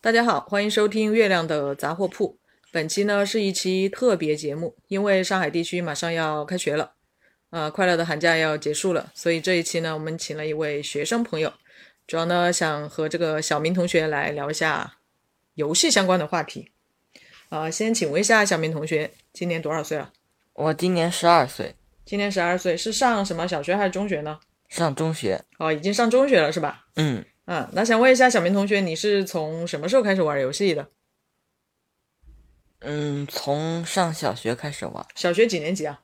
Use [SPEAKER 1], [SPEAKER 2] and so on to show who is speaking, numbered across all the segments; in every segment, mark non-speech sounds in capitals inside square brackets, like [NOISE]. [SPEAKER 1] 大家好，欢迎收听月亮的杂货铺。本期呢是一期特别节目，因为上海地区马上要开学了，呃，快乐的寒假要结束了，所以这一期呢，我们请了一位学生朋友，主要呢想和这个小明同学来聊一下游戏相关的话题。呃，先请问一下小明同学，今年多少岁了？
[SPEAKER 2] 我今年十二岁，
[SPEAKER 1] 今年十二岁，是上什么小学还是中学呢？
[SPEAKER 2] 上中学。
[SPEAKER 1] 哦，已经上中学了是吧？
[SPEAKER 2] 嗯，
[SPEAKER 1] 嗯，那想问一下小明同学，你是从什么时候开始玩游戏的？
[SPEAKER 2] 嗯，从上小学开始玩，
[SPEAKER 1] 小学几年级啊？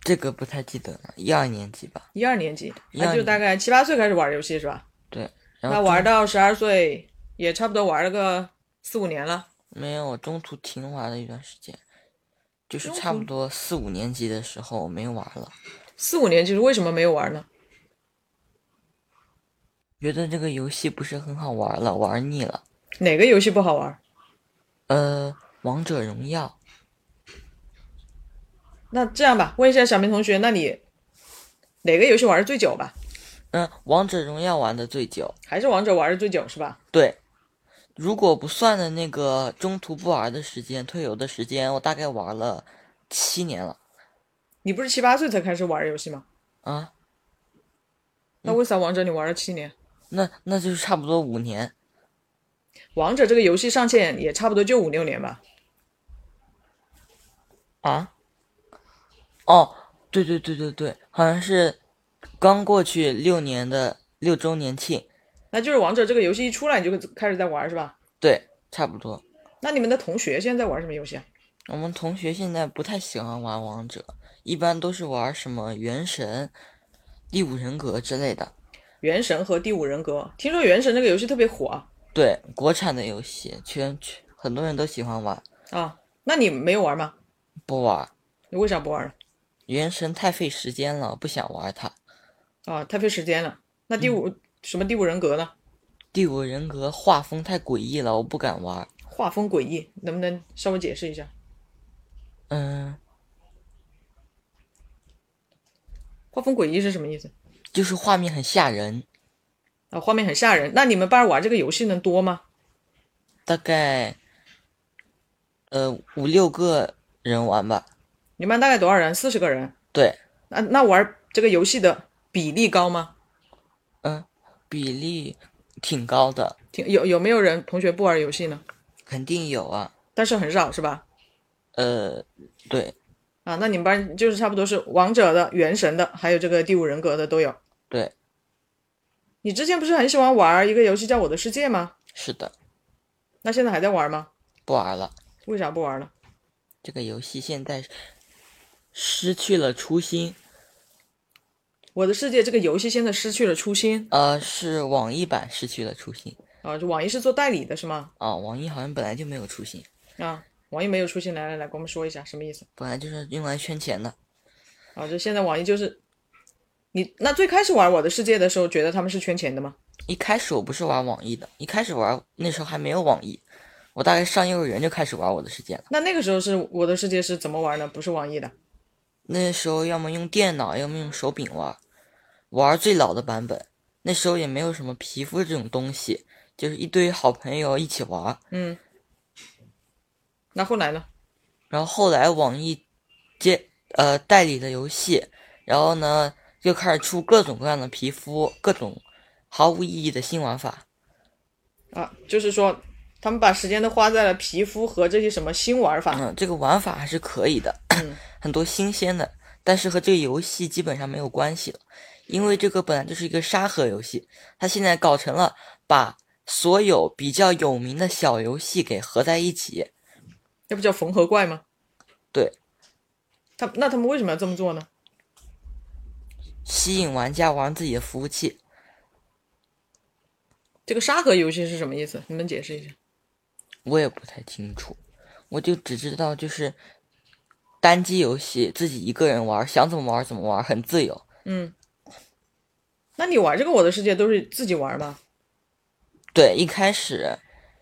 [SPEAKER 2] 这个不太记得了，一二年级吧。
[SPEAKER 1] 一二年级，
[SPEAKER 2] 12
[SPEAKER 1] 那
[SPEAKER 2] 年
[SPEAKER 1] 就
[SPEAKER 2] 级
[SPEAKER 1] 大概七八岁开始玩游戏是吧？
[SPEAKER 2] 对，然
[SPEAKER 1] 那
[SPEAKER 2] 后中
[SPEAKER 1] 玩到十二岁，也差不多玩了个四五年了。
[SPEAKER 2] 没有，我中途停玩了一段时间，就是
[SPEAKER 1] 中途
[SPEAKER 2] 差不多四五年级的时候我没玩了，
[SPEAKER 1] 四五年级是为什么没有玩呢？
[SPEAKER 2] 觉得这个游戏不是很好玩了，玩腻了。
[SPEAKER 1] 哪个游戏不好玩？
[SPEAKER 2] 呃，王者荣耀，
[SPEAKER 1] 那这样吧，问一下小明同学，那你哪个游戏玩的最久吧？
[SPEAKER 2] 嗯，王者荣耀玩的最久。
[SPEAKER 1] 还是王者玩的最久是吧？
[SPEAKER 2] 对，如果不算的那个中途不玩的时间、退游的时间，我大概玩了七年了
[SPEAKER 1] 你不是七八岁才开始玩游戏吗？
[SPEAKER 2] 啊。嗯
[SPEAKER 1] 那为啥王者你玩了七年？
[SPEAKER 2] 那那就是差不多五年，
[SPEAKER 1] 王者这个游戏上线也差不多就五六年吧。
[SPEAKER 2] 啊？哦，对对对对对，好像是刚过去六年的六周年庆，
[SPEAKER 1] 那就是王者这个游戏一出来你就开始在玩是吧？
[SPEAKER 2] 对，差不多。
[SPEAKER 1] 那你们的同学现在在玩什么游戏啊？
[SPEAKER 2] 我们同学现在不太喜欢玩王者，一般都是玩什么原神、第五人格之类的。
[SPEAKER 1] 原神和第五人格，听说原神这个游戏特别火啊。
[SPEAKER 2] 对，国产的游戏，全全很多人都喜欢玩，
[SPEAKER 1] 啊，那你没有玩吗？
[SPEAKER 2] 不玩
[SPEAKER 1] 你为啥不玩了？
[SPEAKER 2] 原神太费时间了，不想玩它。
[SPEAKER 1] 啊，太费时间了。那第五、什么第五人格呢？
[SPEAKER 2] 第五人格画风太诡异了，我不敢玩。
[SPEAKER 1] 画风诡异，能不能稍微解释一下？
[SPEAKER 2] 嗯，
[SPEAKER 1] 画风诡异是什么意思？
[SPEAKER 2] 就是画面很吓人。
[SPEAKER 1] 啊，画面很吓人。那你们班玩这个游戏能多吗？
[SPEAKER 2] 大概呃五六个人玩吧。
[SPEAKER 1] 你们班大概多少人？四十个人。
[SPEAKER 2] 对，
[SPEAKER 1] 那那玩这个游戏的比例高吗？
[SPEAKER 2] 嗯，比例挺高的，
[SPEAKER 1] 挺有有没有人同学不玩游戏呢？
[SPEAKER 2] 肯定有啊。
[SPEAKER 1] 但是很少是吧？
[SPEAKER 2] 呃，对
[SPEAKER 1] 啊，那你们班就是差不多是王者的、原神的，还有这个第五人格的都有。
[SPEAKER 2] 对，
[SPEAKER 1] 你之前不是很喜欢玩一个游戏叫《我的世界》吗？
[SPEAKER 2] 是的，
[SPEAKER 1] 那现在还在玩吗？
[SPEAKER 2] 不玩了。
[SPEAKER 1] 为啥不玩了？
[SPEAKER 2] 这个游戏现在失去了初心，
[SPEAKER 1] 我的世界这个游戏现在失去了初心
[SPEAKER 2] 呃，是网易版失去了初心
[SPEAKER 1] 啊！就网易是做代理的是吗？
[SPEAKER 2] 啊。网易好像本来就没有初心，
[SPEAKER 1] 啊，网易没有初心，来来来，给我们说一下什么意思
[SPEAKER 2] 本来就是用来圈钱的。
[SPEAKER 1] 啊？就现在网易就是你那最开始玩我的世界的时候，觉得他们是圈钱的吗？
[SPEAKER 2] 一开始我不是玩网易的，一开始玩那时候还没有网易，我大概上幼儿园就开始玩我的世界了。
[SPEAKER 1] 那那个时候是我的世界是怎么玩呢？不是网易的
[SPEAKER 2] 那时候要么用电脑，要么用手柄玩，玩最老的版本。那时候也没有什么皮肤这种东西，就是一堆好朋友一起玩。
[SPEAKER 1] 嗯，那后来呢？
[SPEAKER 2] 然后后来网易接呃代理的游戏，然后呢就开始出各种各样的皮肤，各种毫无意义的新玩法。
[SPEAKER 1] 啊，就是说他们把时间都花在了皮肤和这些什么新玩法，
[SPEAKER 2] 嗯，这个玩法还是可以的， [CLEARS THROAT] 很多新鲜的，但是和这个游戏基本上没有关系了，因为这个本来就是一个沙盒游戏，它现在搞成了把所有比较有名的小游戏给合在一起。
[SPEAKER 1] 那不叫缝合怪吗？
[SPEAKER 2] 对，
[SPEAKER 1] 他那他们为什么要这么做呢？
[SPEAKER 2] 吸引玩家玩自己的服务器。
[SPEAKER 1] 这个沙盒游戏是什么意思？你们解释一下。
[SPEAKER 2] 我也不太清楚，我就只知道就是单机游戏，自己一个人玩，想怎么玩怎么玩，很自由。
[SPEAKER 1] 嗯，那你玩这个《我的世界》都是自己玩吗？
[SPEAKER 2] 对，一开始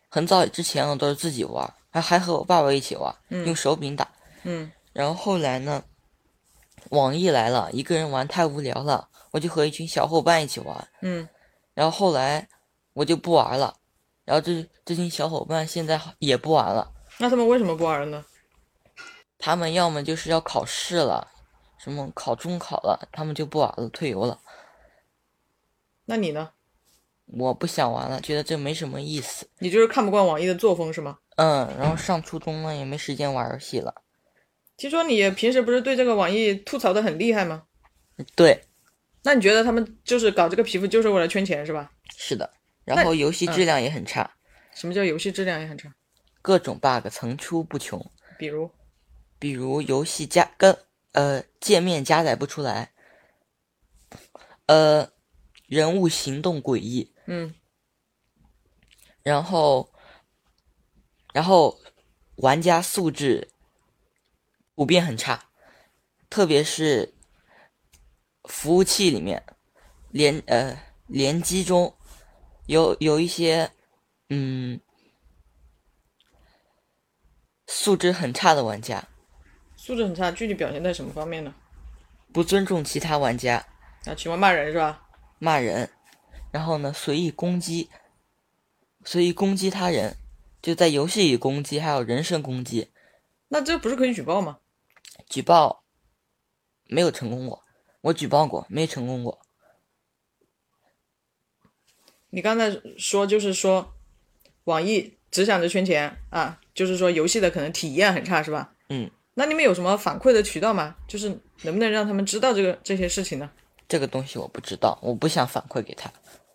[SPEAKER 2] 很早之前我都是自己玩，还还和我爸爸一起玩，用手柄打。
[SPEAKER 1] 嗯，
[SPEAKER 2] 然后后来呢，网易来了，一个人玩太无聊了，我就和一群小伙伴一起玩。
[SPEAKER 1] 嗯，
[SPEAKER 2] 然后后来我就不玩了，然后这这群小伙伴现在也不玩了，
[SPEAKER 1] 那他们为什么不玩呢？
[SPEAKER 2] 他们要么就是要考试了，什么考中考了，他们就不玩了，退游了。
[SPEAKER 1] 那你呢？
[SPEAKER 2] 我不想玩了，觉得这没什么意思。
[SPEAKER 1] 你就是看不惯网易的作风是吗？
[SPEAKER 2] 嗯，然后上初中了也没时间玩游戏了。
[SPEAKER 1] 听说你平时不是对这个网易吐槽的很厉害吗？
[SPEAKER 2] 对，
[SPEAKER 1] 那你觉得他们就是搞这个皮肤就是为了圈钱是吧？
[SPEAKER 2] 是的。然后游戏质量也很差，
[SPEAKER 1] 什么叫游戏质量也很差？
[SPEAKER 2] 各种 bug 层出不穷，
[SPEAKER 1] 比如，
[SPEAKER 2] 比如游戏加跟呃界面加载不出来，呃人物行动诡异，
[SPEAKER 1] 嗯，
[SPEAKER 2] 然后然后玩家素质普遍很差，特别是服务器里面联呃联机中有有一些嗯素质很差的玩家，
[SPEAKER 1] 素质很差，具体表现在什么方面呢？
[SPEAKER 2] 不尊重其他玩家，
[SPEAKER 1] 啊，喜欢骂人是吧？
[SPEAKER 2] 骂人，然后呢随意攻击，随意攻击他人，就在游戏里攻击，还有人身攻击，
[SPEAKER 1] 那这不是可以举报吗？
[SPEAKER 2] 举报没有成功过，我举报过没成功过。
[SPEAKER 1] 你刚才说就是说，网易只想着圈钱啊，就是说游戏的可能体验很差是吧？
[SPEAKER 2] 嗯，
[SPEAKER 1] 那你们有什么反馈的渠道吗？就是能不能让他们知道这个这些事情呢？
[SPEAKER 2] 这个东西我不知道，我不想反馈给他。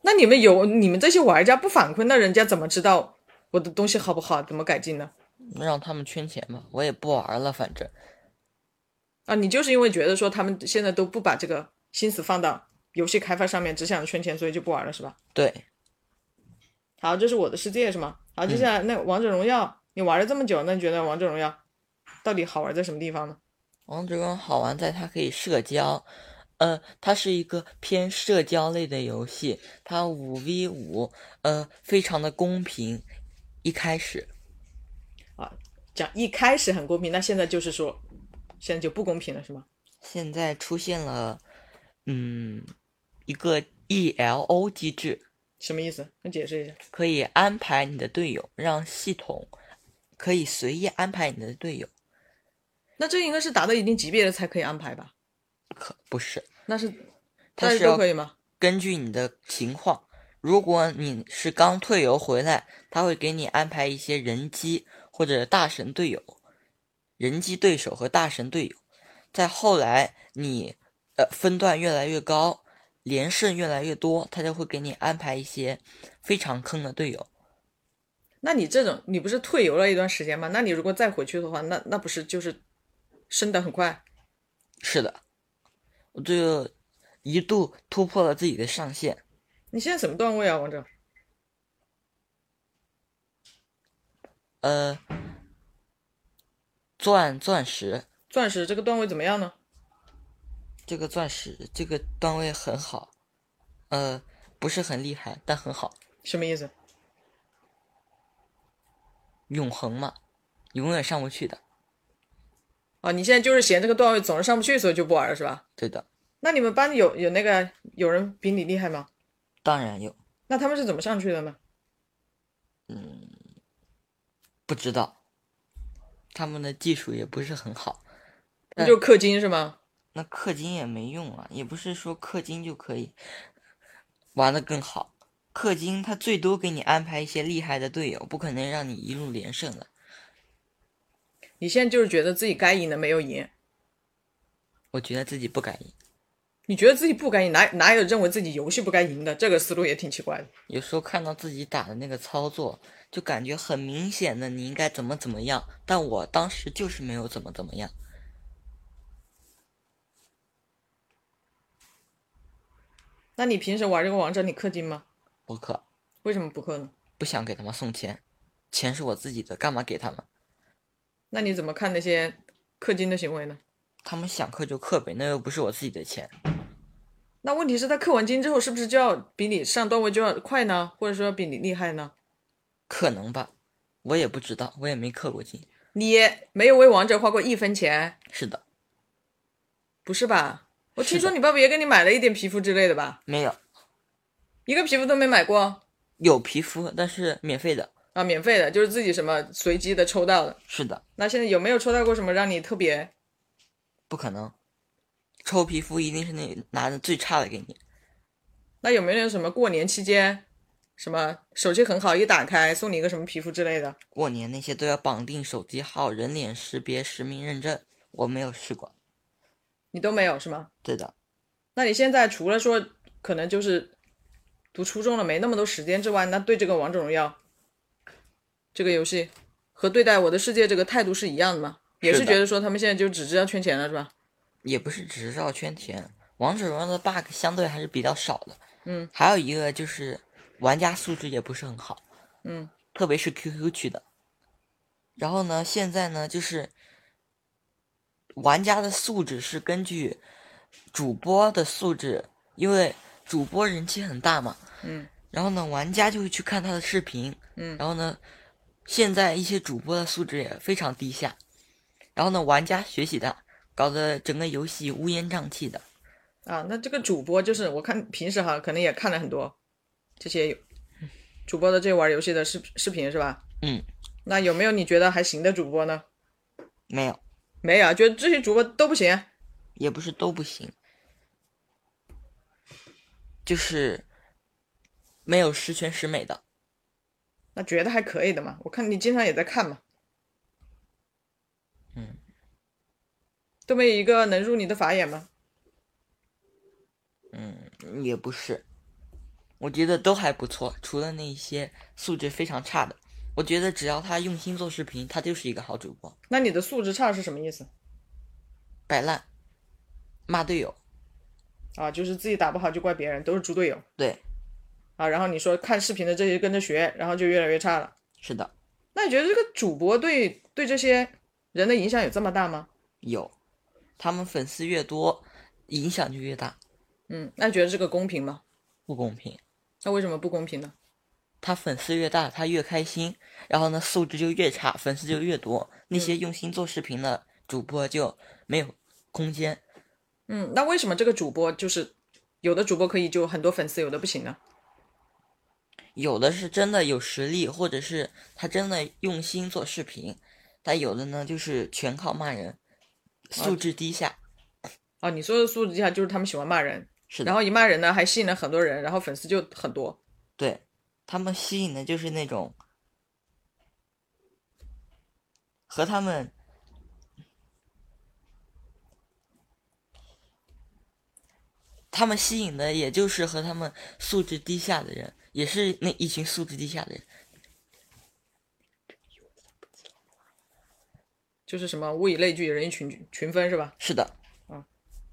[SPEAKER 1] 那你们有你们这些玩家不反馈，那人家怎么知道我的东西好不好，怎么改进呢？
[SPEAKER 2] 让他们圈钱吧，我也不玩了，反正
[SPEAKER 1] 啊，你就是因为觉得说他们现在都不把这个心思放到游戏开发上面，只想圈钱，所以就不玩了，是吧？
[SPEAKER 2] 对
[SPEAKER 1] 好，这是我的世界，是吗？好，接下来那王者荣耀，你玩了这么久，那你觉得王者荣耀到底好玩在什么地方呢？
[SPEAKER 2] 王者荣耀好玩在它可以社交，呃，它是一个偏社交类的游戏，它五 v 五，呃，非常的公平。一开始
[SPEAKER 1] 讲一开始很公平，那现在就是说，现在就不公平了，是吗？
[SPEAKER 2] 现在出现了，嗯，一个 ELO 机制，
[SPEAKER 1] 什么意思？你解释一下。
[SPEAKER 2] 可以安排你的队友，让系统可以随意安排你的队友。
[SPEAKER 1] 那这应该是达到一定级别了才可以安排吧？
[SPEAKER 2] 可不是，
[SPEAKER 1] 那是，大
[SPEAKER 2] 它
[SPEAKER 1] 家
[SPEAKER 2] 是
[SPEAKER 1] 都
[SPEAKER 2] 要
[SPEAKER 1] 可以吗？
[SPEAKER 2] 根据你的情况，如果你是刚退游回来，他会给你安排一些人机或者大神队友、人机对手和大神队友。再后来你呃分段越来越高，连胜越来越多，他就会给你安排一些非常坑的队友。
[SPEAKER 1] 那你这种，你不是退游了一段时间吗？那你如果再回去的话，那那不是就是升得很快？
[SPEAKER 2] 是的，我就一度突破了自己的上限，
[SPEAKER 1] 你现在什么段位啊，王者？
[SPEAKER 2] 呃，钻钻石。
[SPEAKER 1] 钻石这个段位怎么样呢？
[SPEAKER 2] 这个钻石这个段位很好，呃，不是很厉害，但很好，
[SPEAKER 1] 什么意思？
[SPEAKER 2] 永恒嘛，永远上不去的。
[SPEAKER 1] 啊，你现在就是嫌这个段位总是上不去，所以就不玩了是吧？
[SPEAKER 2] 对的，
[SPEAKER 1] 那你们班有有那个有人比你厉害吗？
[SPEAKER 2] 当然有，
[SPEAKER 1] 那他们是怎么上去的呢？
[SPEAKER 2] 不知道，他们的技术也不是很好，
[SPEAKER 1] 那
[SPEAKER 2] 嗯
[SPEAKER 1] 就是氪金是吗？
[SPEAKER 2] 那氪金也没用啊，也不是说氪金就可以玩的更好。氪金他最多给你安排一些厉害的队友，不可能让你一路连胜的。
[SPEAKER 1] 你现在就是觉得自己该赢的没有赢，
[SPEAKER 2] 我觉得自己不敢赢，
[SPEAKER 1] 你觉得自己不该赢，哪哪有认为自己游戏不该赢的？这个思路也挺奇怪的。
[SPEAKER 2] 有时候看到自己打的那个操作，就感觉很明显的你应该怎么怎么样，但我当时就是没有怎么怎么样。
[SPEAKER 1] 那你平时玩这个王者，你氪金吗？
[SPEAKER 2] 我可
[SPEAKER 1] 为什么不氪呢？
[SPEAKER 2] 不想给他们送钱，钱是我自己的，干嘛给他们？
[SPEAKER 1] 那你怎么看那些氪金的行为呢？
[SPEAKER 2] 他们想氪就氪呗，那又不是我自己的钱。
[SPEAKER 1] 那问题是他氪完金之后，是不是就要比你上段位就要快呢？或者说比你厉害呢？
[SPEAKER 2] 可能吧，我也不知道，我也没氪过金。
[SPEAKER 1] 你也没有为王者花过一分钱，
[SPEAKER 2] 是的，
[SPEAKER 1] 不是吧？我听
[SPEAKER 2] 是
[SPEAKER 1] 说
[SPEAKER 2] 的
[SPEAKER 1] 你爸爸也给你买了一点皮肤之类的吧？
[SPEAKER 2] 没有，
[SPEAKER 1] 一个皮肤都没买过。
[SPEAKER 2] 有皮肤，但是免费的。
[SPEAKER 1] 啊，免费的，就是自己什么随机的抽到的。
[SPEAKER 2] 是的，
[SPEAKER 1] 那现在有没有抽到过什么让你特别？
[SPEAKER 2] 不可能，抽皮肤一定是那拿的最差的给你。
[SPEAKER 1] 那有没有什么过年期间，什么手气很好，一打开送你一个什么皮肤之类的？
[SPEAKER 2] 过年那些都要绑定手机号、人脸识别、实名认证，我没有试过。
[SPEAKER 1] 你都没有是吗？
[SPEAKER 2] 对的，
[SPEAKER 1] 那你现在除了说可能就是读初中了没那么多时间之外，那对这个王者荣耀这个游戏和对待我的世界这个态度是一样的吗？也
[SPEAKER 2] 是
[SPEAKER 1] 是
[SPEAKER 2] 的
[SPEAKER 1] 觉得说他们现在就只知道圈钱了是吧？
[SPEAKER 2] 也不是只是绕圈钱。王者荣耀的 bug 相对还是比较少的。
[SPEAKER 1] 嗯，
[SPEAKER 2] 还有一个就是玩家素质也不是很好。
[SPEAKER 1] 嗯，
[SPEAKER 2] 特别是 QQ 区的。然后呢，现在呢，就是玩家的素质是根据主播的素质，因为主播人气很大嘛。
[SPEAKER 1] 嗯。
[SPEAKER 2] 然后呢，玩家就会去看他的视频。
[SPEAKER 1] 嗯
[SPEAKER 2] 然后呢，现在一些主播的素质也非常低下。然后呢，玩家学习的，搞得整个游戏乌烟瘴气的。
[SPEAKER 1] 啊，那这个主播就是我看平时哈，可能也看了很多这些有主播的这玩游戏的视视频是吧？
[SPEAKER 2] 嗯，
[SPEAKER 1] 那有没有你觉得还行的主播呢？
[SPEAKER 2] 没有，
[SPEAKER 1] 没有啊，觉得这些主播都不行。啊
[SPEAKER 2] 也不是都不行，就是没有十全十美的。
[SPEAKER 1] 那觉得还可以的嘛？我看你经常也在看嘛。
[SPEAKER 2] 嗯，
[SPEAKER 1] 都没有一个能入你的法眼吗？
[SPEAKER 2] 嗯，也不是，我觉得都还不错，除了那一些素质非常差的。我觉得只要他用心做视频，他就是一个好主播。
[SPEAKER 1] 那你的素质差是什么意思
[SPEAKER 2] 摆烂，骂队友，
[SPEAKER 1] 啊？就是自己打不好就怪别人，都是猪队友
[SPEAKER 2] 对，
[SPEAKER 1] 啊。然后你说看视频的这些跟着学，然后就越来越差了。
[SPEAKER 2] 是的，
[SPEAKER 1] 那你觉得这个主播对对这些人的影响有这么大吗？
[SPEAKER 2] 有，他们粉丝越多，影响就越大，
[SPEAKER 1] 嗯，那你觉得这个公平吗？
[SPEAKER 2] 不公平。
[SPEAKER 1] 那为什么不公平呢？
[SPEAKER 2] 他粉丝越大，他越开心，然后呢，素质就越差，粉丝就越多。那些用心做视频的主播就没有空间，
[SPEAKER 1] 嗯，那为什么这个主播就是有的主播可以就很多粉丝，有的不行呢？
[SPEAKER 2] 有的是真的有实力，或者是他真的用心做视频，但有的呢就是全靠骂人，素质低下。
[SPEAKER 1] 啊，你说的素质低下就是他们喜欢骂人，
[SPEAKER 2] 是
[SPEAKER 1] 然
[SPEAKER 2] 的，
[SPEAKER 1] 后一骂人呢，还吸引了很多人，然后粉丝就很多。
[SPEAKER 2] 对他们吸引的就是那种和他们他们吸引的也就是和他们素质低下的人，也是那一群素质低下的人。
[SPEAKER 1] 就是什么物以类聚，人以群群分是吧？
[SPEAKER 2] 是的，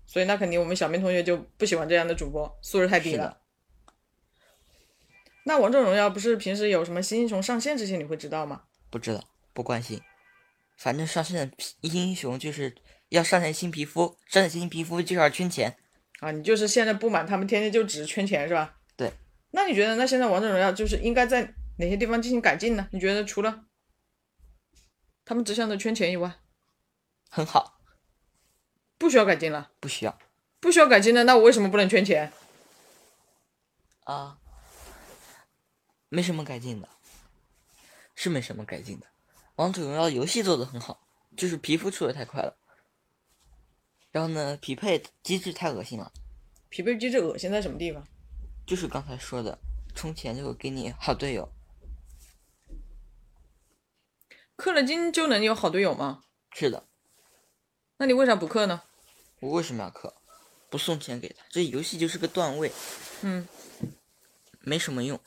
[SPEAKER 1] 所以那肯定我们小明同学就不喜欢这样的主播，素质太低
[SPEAKER 2] 是
[SPEAKER 1] 了
[SPEAKER 2] 的。，
[SPEAKER 1] 那王者荣耀不是平时有什么新英雄上线这些你会知道吗？
[SPEAKER 2] 不知道，不关心。反正上线英雄就是要上线新皮肤，上线新皮肤就是要圈钱。
[SPEAKER 1] 啊，你就是现在不满他们天天就只圈钱是吧？
[SPEAKER 2] 对。
[SPEAKER 1] 那你觉得那现在王者荣耀就是应该在哪些地方进行改进呢？你觉得除了他们只想着圈钱以外，
[SPEAKER 2] 很好，
[SPEAKER 1] 不需要改进了？
[SPEAKER 2] 不需要
[SPEAKER 1] 不需要改进了，那我为什么不能圈钱？
[SPEAKER 2] 啊，没什么改进的，是没什么改进的。王者荣耀游戏做的很好，就是皮肤出的太快了，然后呢，匹配机制太恶心了，
[SPEAKER 1] 匹配机制恶心在什么地方？
[SPEAKER 2] 就是刚才说的，充钱就给你好队友，
[SPEAKER 1] 氪了金就能有好队友吗？
[SPEAKER 2] 是的，
[SPEAKER 1] 那你为啥不氪呢？
[SPEAKER 2] 我为什么要氪？不送钱给他，这游戏就是个段位，
[SPEAKER 1] 嗯，
[SPEAKER 2] 没什么用。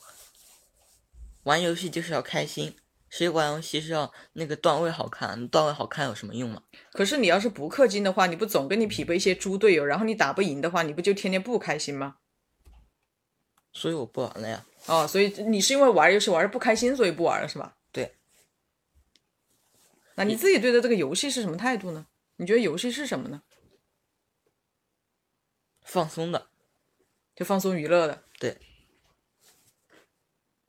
[SPEAKER 2] 玩游戏就是要开心，谁玩游戏是要那个段位好看？段位好看有什么用嘛？
[SPEAKER 1] 可是你要是不氪金的话，你不总跟你匹配一些猪队友，然后你打不赢的话，你不就天天不开心吗？
[SPEAKER 2] 所以我不玩了呀。
[SPEAKER 1] 哦，所以你是因为玩游戏玩的不开心，所以不玩了是吧？
[SPEAKER 2] 对。
[SPEAKER 1] 那你自己对待这个游戏是什么态度呢？你觉得游戏是什么呢？
[SPEAKER 2] 放松的，
[SPEAKER 1] 就放松娱乐的。
[SPEAKER 2] 对。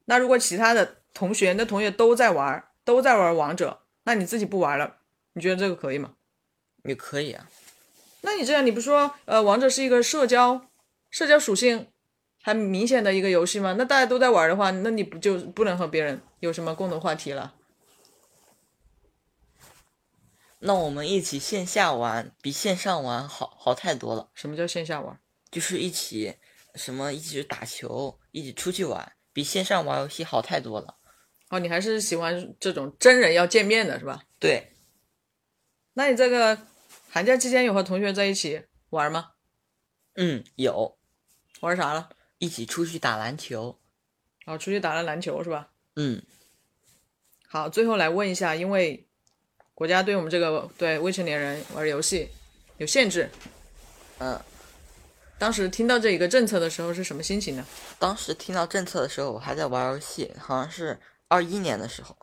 [SPEAKER 1] 那如果其他的同学、那同学都在玩，都在玩王者，那你自己不玩了，你觉得这个可以吗？
[SPEAKER 2] 也可以啊。
[SPEAKER 1] 那你这样，你不说呃，王者是一个社交社交属性很明显的一个游戏嘛。那大家都在玩的话，那你不就不能和别人有什么共同话题了？
[SPEAKER 2] 那我们一起线下玩比线上玩好好太多了，
[SPEAKER 1] 什么叫线下玩？
[SPEAKER 2] 就是一起什么一起打球，一起出去玩，比线上玩游戏好太多了。
[SPEAKER 1] 哦，你还是喜欢这种真人要见面的是吧？
[SPEAKER 2] 对，
[SPEAKER 1] 那你这个寒假期间有和同学在一起玩吗？
[SPEAKER 2] 嗯，有
[SPEAKER 1] 玩啥了？
[SPEAKER 2] 一起出去打篮球，
[SPEAKER 1] 哦，出去打了篮球是吧？
[SPEAKER 2] 嗯，
[SPEAKER 1] 好，最后来问一下，因为国家对我们这个对未成年人玩游戏有限制，
[SPEAKER 2] 嗯，
[SPEAKER 1] 当时听到这一个政策的时候是什么心情呢？
[SPEAKER 2] 当时听到政策的时候，我还在玩游戏，好像是二一年的时候。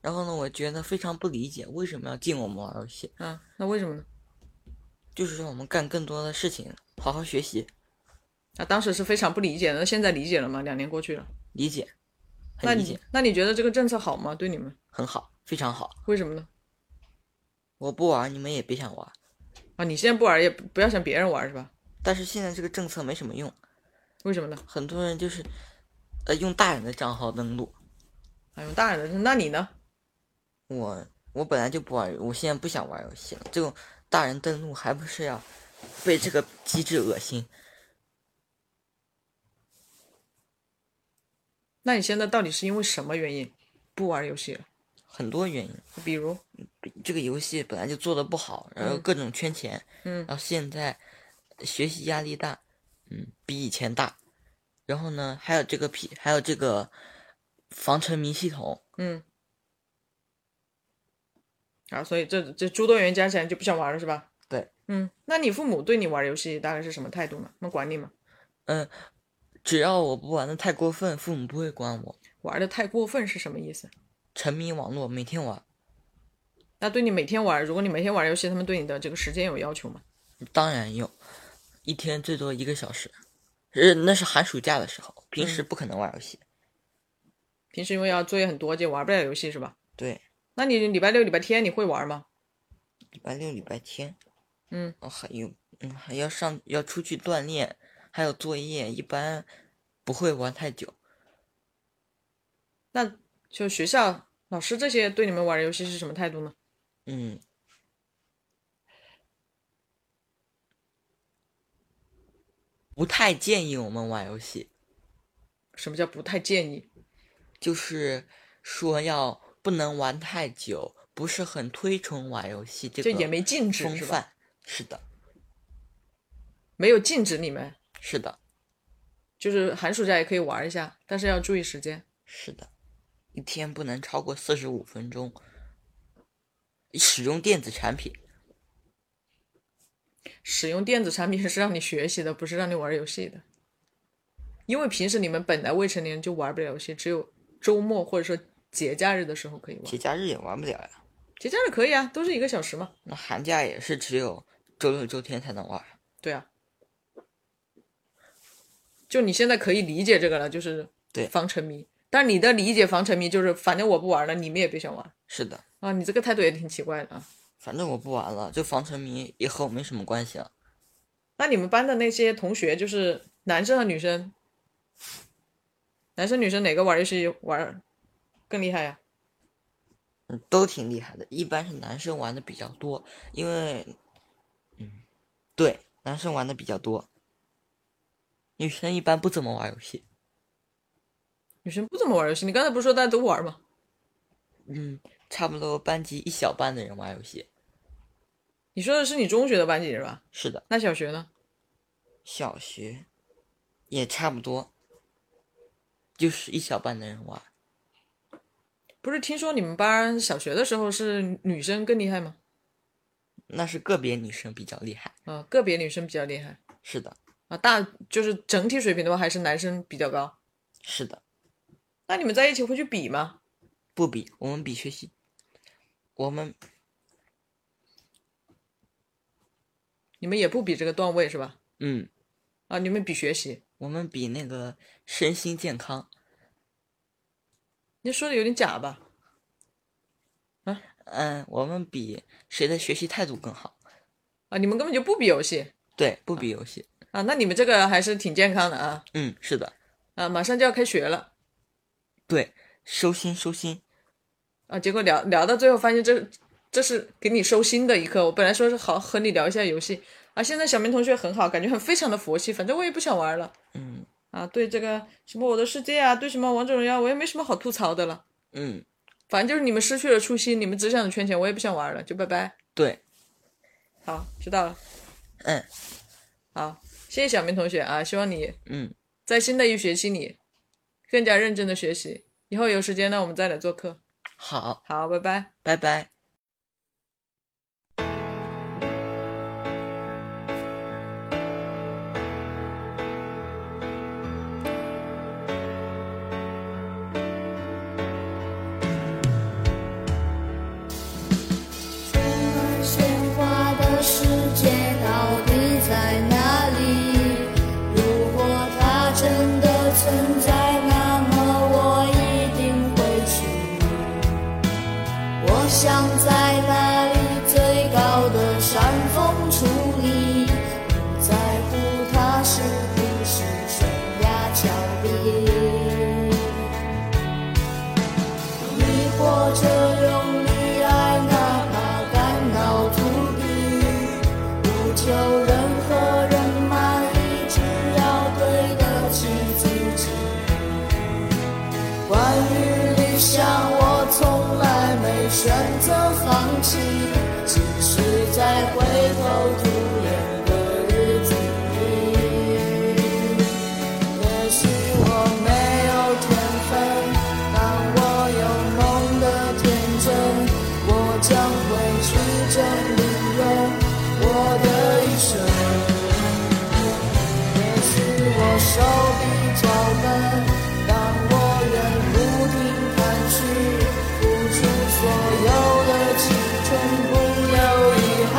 [SPEAKER 2] 然后呢，我觉得非常不理解为什么要禁我们玩游戏，
[SPEAKER 1] 嗯，那为什么呢？
[SPEAKER 2] 就是让我们干更多的事情，好好学习，
[SPEAKER 1] 啊，当时是非常不理解的，那现在理解了吗？两年过去了，
[SPEAKER 2] 理解，
[SPEAKER 1] 那
[SPEAKER 2] 很理
[SPEAKER 1] 你
[SPEAKER 2] 解，
[SPEAKER 1] 那你觉得这个政策好吗？对你们？
[SPEAKER 2] 很好，非常好。
[SPEAKER 1] 为什么呢？
[SPEAKER 2] 我不玩，你们也别想玩。
[SPEAKER 1] 啊，你现在不玩也不不要想别人玩是吧？
[SPEAKER 2] 但是现在这个政策没什么用，
[SPEAKER 1] 为什么呢？
[SPEAKER 2] 很多人就是，呃，用大人的账号登录。
[SPEAKER 1] 啊，用大人的，那你呢？
[SPEAKER 2] 我我本来就不玩，我现在不想玩游戏了。这种大人登录还不是要被这个机制恶心？
[SPEAKER 1] 那你现在到底是因为什么原因不玩游戏了？
[SPEAKER 2] 很多原因，
[SPEAKER 1] 比如，
[SPEAKER 2] 这个游戏本来就做的不好，然后
[SPEAKER 1] 嗯
[SPEAKER 2] 各种圈钱，
[SPEAKER 1] 嗯
[SPEAKER 2] 然后现在学习压力大，嗯，比以前大。然后呢，还有这个 P，还有这个防沉迷系统，
[SPEAKER 1] 嗯，啊，所以这这诸多原因加起来就不想玩了是吧？
[SPEAKER 2] 对，
[SPEAKER 1] 嗯，那你父母对你玩游戏大概是什么态度呢？能管你吗？
[SPEAKER 2] 嗯，只要我不玩的太过分，父母不会管我。
[SPEAKER 1] 玩的太过分是什么意思？
[SPEAKER 2] 沉迷网络，每天玩，
[SPEAKER 1] 那对你每天玩，如果你每天玩游戏，他们对你的这个时间有要求吗？
[SPEAKER 2] 当然有，一天最多一个小时，呃，那是寒暑假的时候，平时不可能玩游戏。
[SPEAKER 1] 平时因为要作业很多，就玩不了游戏是吧？
[SPEAKER 2] 对，
[SPEAKER 1] 那你礼拜六、礼拜天你会玩吗？
[SPEAKER 2] 礼拜六、礼拜天，
[SPEAKER 1] 嗯，
[SPEAKER 2] 哦，还有，嗯，还要上，要出去锻炼，还有作业，一般不会玩太久。
[SPEAKER 1] 那就学校老师这些对你们玩游戏是什么态度呢？
[SPEAKER 2] 嗯，不太建议我们玩游戏。
[SPEAKER 1] 什么叫不太建议？
[SPEAKER 2] 就是说要不能玩太久，不是很推崇玩游戏这
[SPEAKER 1] 就
[SPEAKER 2] 个
[SPEAKER 1] 也没禁止
[SPEAKER 2] 风
[SPEAKER 1] 是吧？
[SPEAKER 2] 范。是的，
[SPEAKER 1] 没有禁止你们，
[SPEAKER 2] 是的，
[SPEAKER 1] 就是寒暑假也可以玩一下，但是要注意时间。
[SPEAKER 2] 是的，一天不能超过四十五分钟。使用电子产品，
[SPEAKER 1] 使用电子产品 [LAUGHS] 是让你学习的，不是让你玩游戏的。因为平时你们本来未成年人就玩不了游戏，只有周末或者说节假日的时候可以玩。
[SPEAKER 2] 节假日也玩不了呀。
[SPEAKER 1] 节假日可以啊，都是一个小时嘛。
[SPEAKER 2] 那寒假也是只有周六周天才能玩。
[SPEAKER 1] 对啊，就你现在可以理解这个了，就是
[SPEAKER 2] 对
[SPEAKER 1] 防沉迷。但你的理解防沉迷就是，反正我不玩了，你们也别想玩
[SPEAKER 2] 是的，
[SPEAKER 1] 啊！你这个态度也挺奇怪的啊。
[SPEAKER 2] 反正我不玩了，这防沉迷也和我没什么关系了。
[SPEAKER 1] 那你们班的那些同学，就是男生和女生，男生女生哪个玩游戏玩儿更厉害呀、
[SPEAKER 2] 嗯，都挺厉害的，一般是男生玩的比较多，因为，嗯，对，男生玩的比较多，女生一般不怎么玩游戏。
[SPEAKER 1] 女生不怎么玩游戏，你刚才不是说大家都玩吗？
[SPEAKER 2] 嗯，差不多班级一小半的人玩游戏。
[SPEAKER 1] 你说的是你中学的班级是吧？
[SPEAKER 2] 是的，
[SPEAKER 1] 那小学呢？
[SPEAKER 2] 小学也差不多，就是一小半的人玩。
[SPEAKER 1] 不是听说你们班小学的时候是女生更厉害吗？
[SPEAKER 2] 那是个别女生比较厉害。
[SPEAKER 1] 啊，个别女生比较厉害
[SPEAKER 2] 是的，
[SPEAKER 1] 啊，大就是整体水平的话还是男生比较高。
[SPEAKER 2] 是的，
[SPEAKER 1] 那你们在一起会去比吗？
[SPEAKER 2] 不比，我们比学习，我们
[SPEAKER 1] 你们也不比这个段位是吧？
[SPEAKER 2] 嗯，
[SPEAKER 1] 啊，你们比学习。
[SPEAKER 2] 我们比那个身心健康。
[SPEAKER 1] 你说的有点假吧？
[SPEAKER 2] 嗯，我们比谁的学习态度更好。
[SPEAKER 1] 啊，你们根本就不比游戏。
[SPEAKER 2] 对，不比游戏。
[SPEAKER 1] 啊，那你们这个还是挺健康的啊
[SPEAKER 2] 嗯，是的，
[SPEAKER 1] 啊，马上就要开学了
[SPEAKER 2] 对，收心收心。
[SPEAKER 1] 啊，结果聊聊到最后发现这这是给你收心的一刻。我本来说是好和你聊一下游戏啊，现在小明同学很好，感觉很非常的佛系，反正我也不想玩了
[SPEAKER 2] 嗯
[SPEAKER 1] 啊，对这个什么我的世界啊，对什么王者荣耀，我也没什么好吐槽的了。
[SPEAKER 2] 嗯，
[SPEAKER 1] 反正就是你们失去了初心，你们只想着圈钱，我也不想玩了，就拜拜。
[SPEAKER 2] 对，
[SPEAKER 1] 好，知道了。
[SPEAKER 2] 嗯
[SPEAKER 1] 好，谢谢小明同学啊，希望你
[SPEAKER 2] 嗯，
[SPEAKER 1] 在新的一学期里更加认真的学习，以后有时间呢我们再来做客。
[SPEAKER 2] 好，
[SPEAKER 1] 好，拜拜。
[SPEAKER 2] 拜拜。
[SPEAKER 3] 充满鲜花的世界到底在哪里？如果它真的存在，那么我一定会去。我想在那里最高的山峰矗立，不在乎它是不是悬崖峭壁。你活着用力爱，哪怕肝脑涂地，不求任何人满意，只要对得起自己。关于理想，我从来没选择放弃，只是在灰头土脸的日子里。也许我没有天分，但我有梦的天真。我将会去证明了我的一生。也许我手比较笨，但我愿不停看去，付出所有的青春，不留遗憾。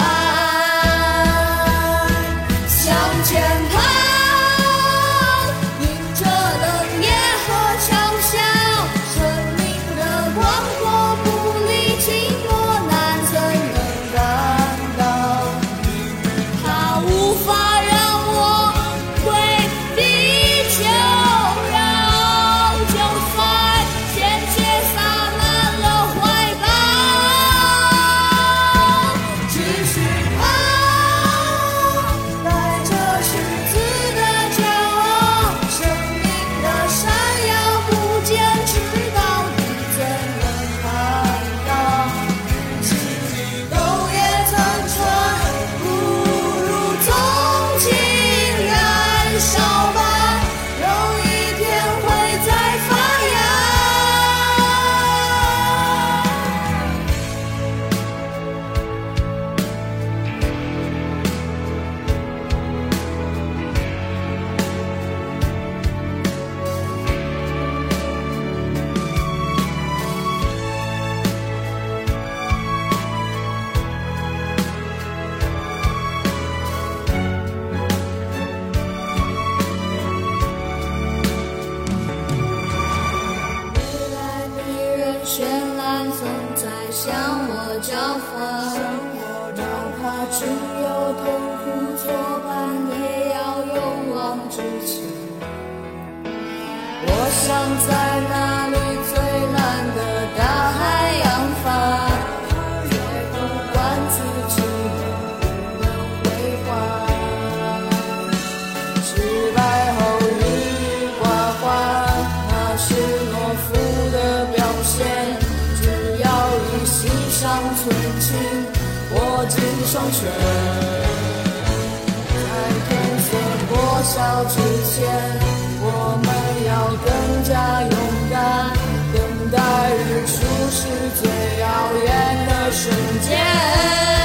[SPEAKER 3] 向前跑，迎着冷眼和嘲笑，生命的广阔不离，寂寞难怎能感到？它无法让我为地求饶，就算鲜血洒满了怀抱，继续跑，带着赤子的骄傲，生命的闪耀不坚持到底，怎能看到？情都也曾穿，不如纵情燃烧吧，有一天会再发芽。未来迷人绚烂，总在向我召唤。哪怕只有痛苦作伴，也要勇往直前。我想在那里最蓝的大海扬帆，也不管自己能不能归还。失败后郁郁寡欢，那是懦夫的表现。只要一息尚存，请握紧双拳。在天色破晓之前，我们要更加勇敢，等待日出是最耀眼的瞬间。